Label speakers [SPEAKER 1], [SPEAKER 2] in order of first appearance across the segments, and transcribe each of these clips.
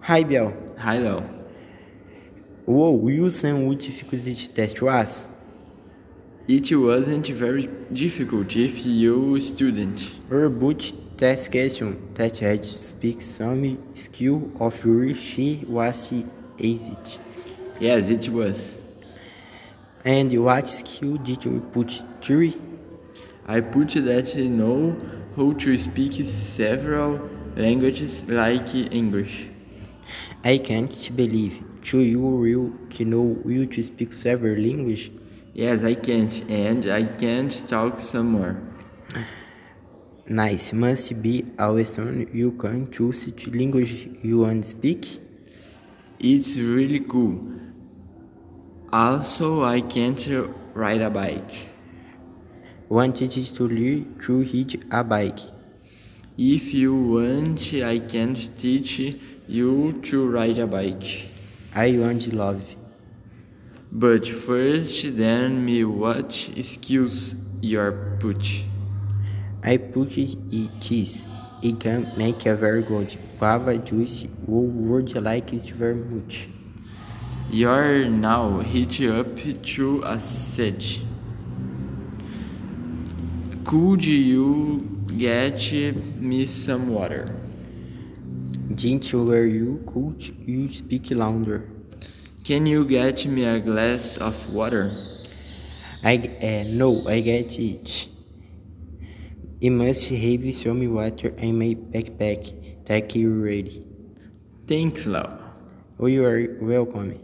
[SPEAKER 1] Hi, Bill.
[SPEAKER 2] Hi, Leo.
[SPEAKER 1] Whoa, will sandwich difficulty test was?
[SPEAKER 2] It wasn't very difficult if you student.
[SPEAKER 1] Reboot test question. Test had speak some skill of which she was it.
[SPEAKER 2] Yes, it was.
[SPEAKER 1] And what skill did you put three?
[SPEAKER 2] I put that you know how to speak several languages like English.
[SPEAKER 1] I can't believe. Do you will to know you to speak several languages?
[SPEAKER 2] Yes, I can't, and I can't talk some more.
[SPEAKER 1] Nice. Must be always on you can choose which language you want to speak.
[SPEAKER 2] It's really cool. Also, I can't uh, ride a bike.
[SPEAKER 1] Wanted to learn to ride a bike.
[SPEAKER 2] If you want, I can teach you to ride a bike.
[SPEAKER 1] I want love.
[SPEAKER 2] But first, tell me what skills you put.
[SPEAKER 1] I put it cheese. It can make a very good guava juice. Who would like it very much?
[SPEAKER 2] You're now hit up to a stage. Could you get me some water?
[SPEAKER 1] Gente, where you could you speak louder?
[SPEAKER 2] Can you get me a glass of water?
[SPEAKER 1] I uh, no, I get it. You must have some water in my backpack. Take it ready.
[SPEAKER 2] Thanks, Lau.
[SPEAKER 1] Oh, you are welcome.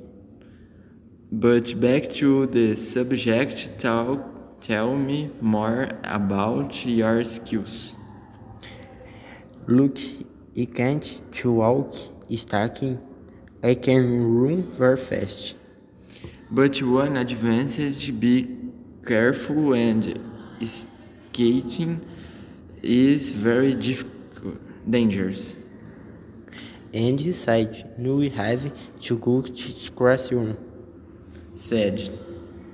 [SPEAKER 2] But back to the subject, tell, tell me more about your skills.
[SPEAKER 1] Look, I can't to walk stacking. I can run very fast.
[SPEAKER 2] But one advantage be careful and skating is very difficult, dangerous.
[SPEAKER 1] And decide, now we have to go to classroom.
[SPEAKER 2] Said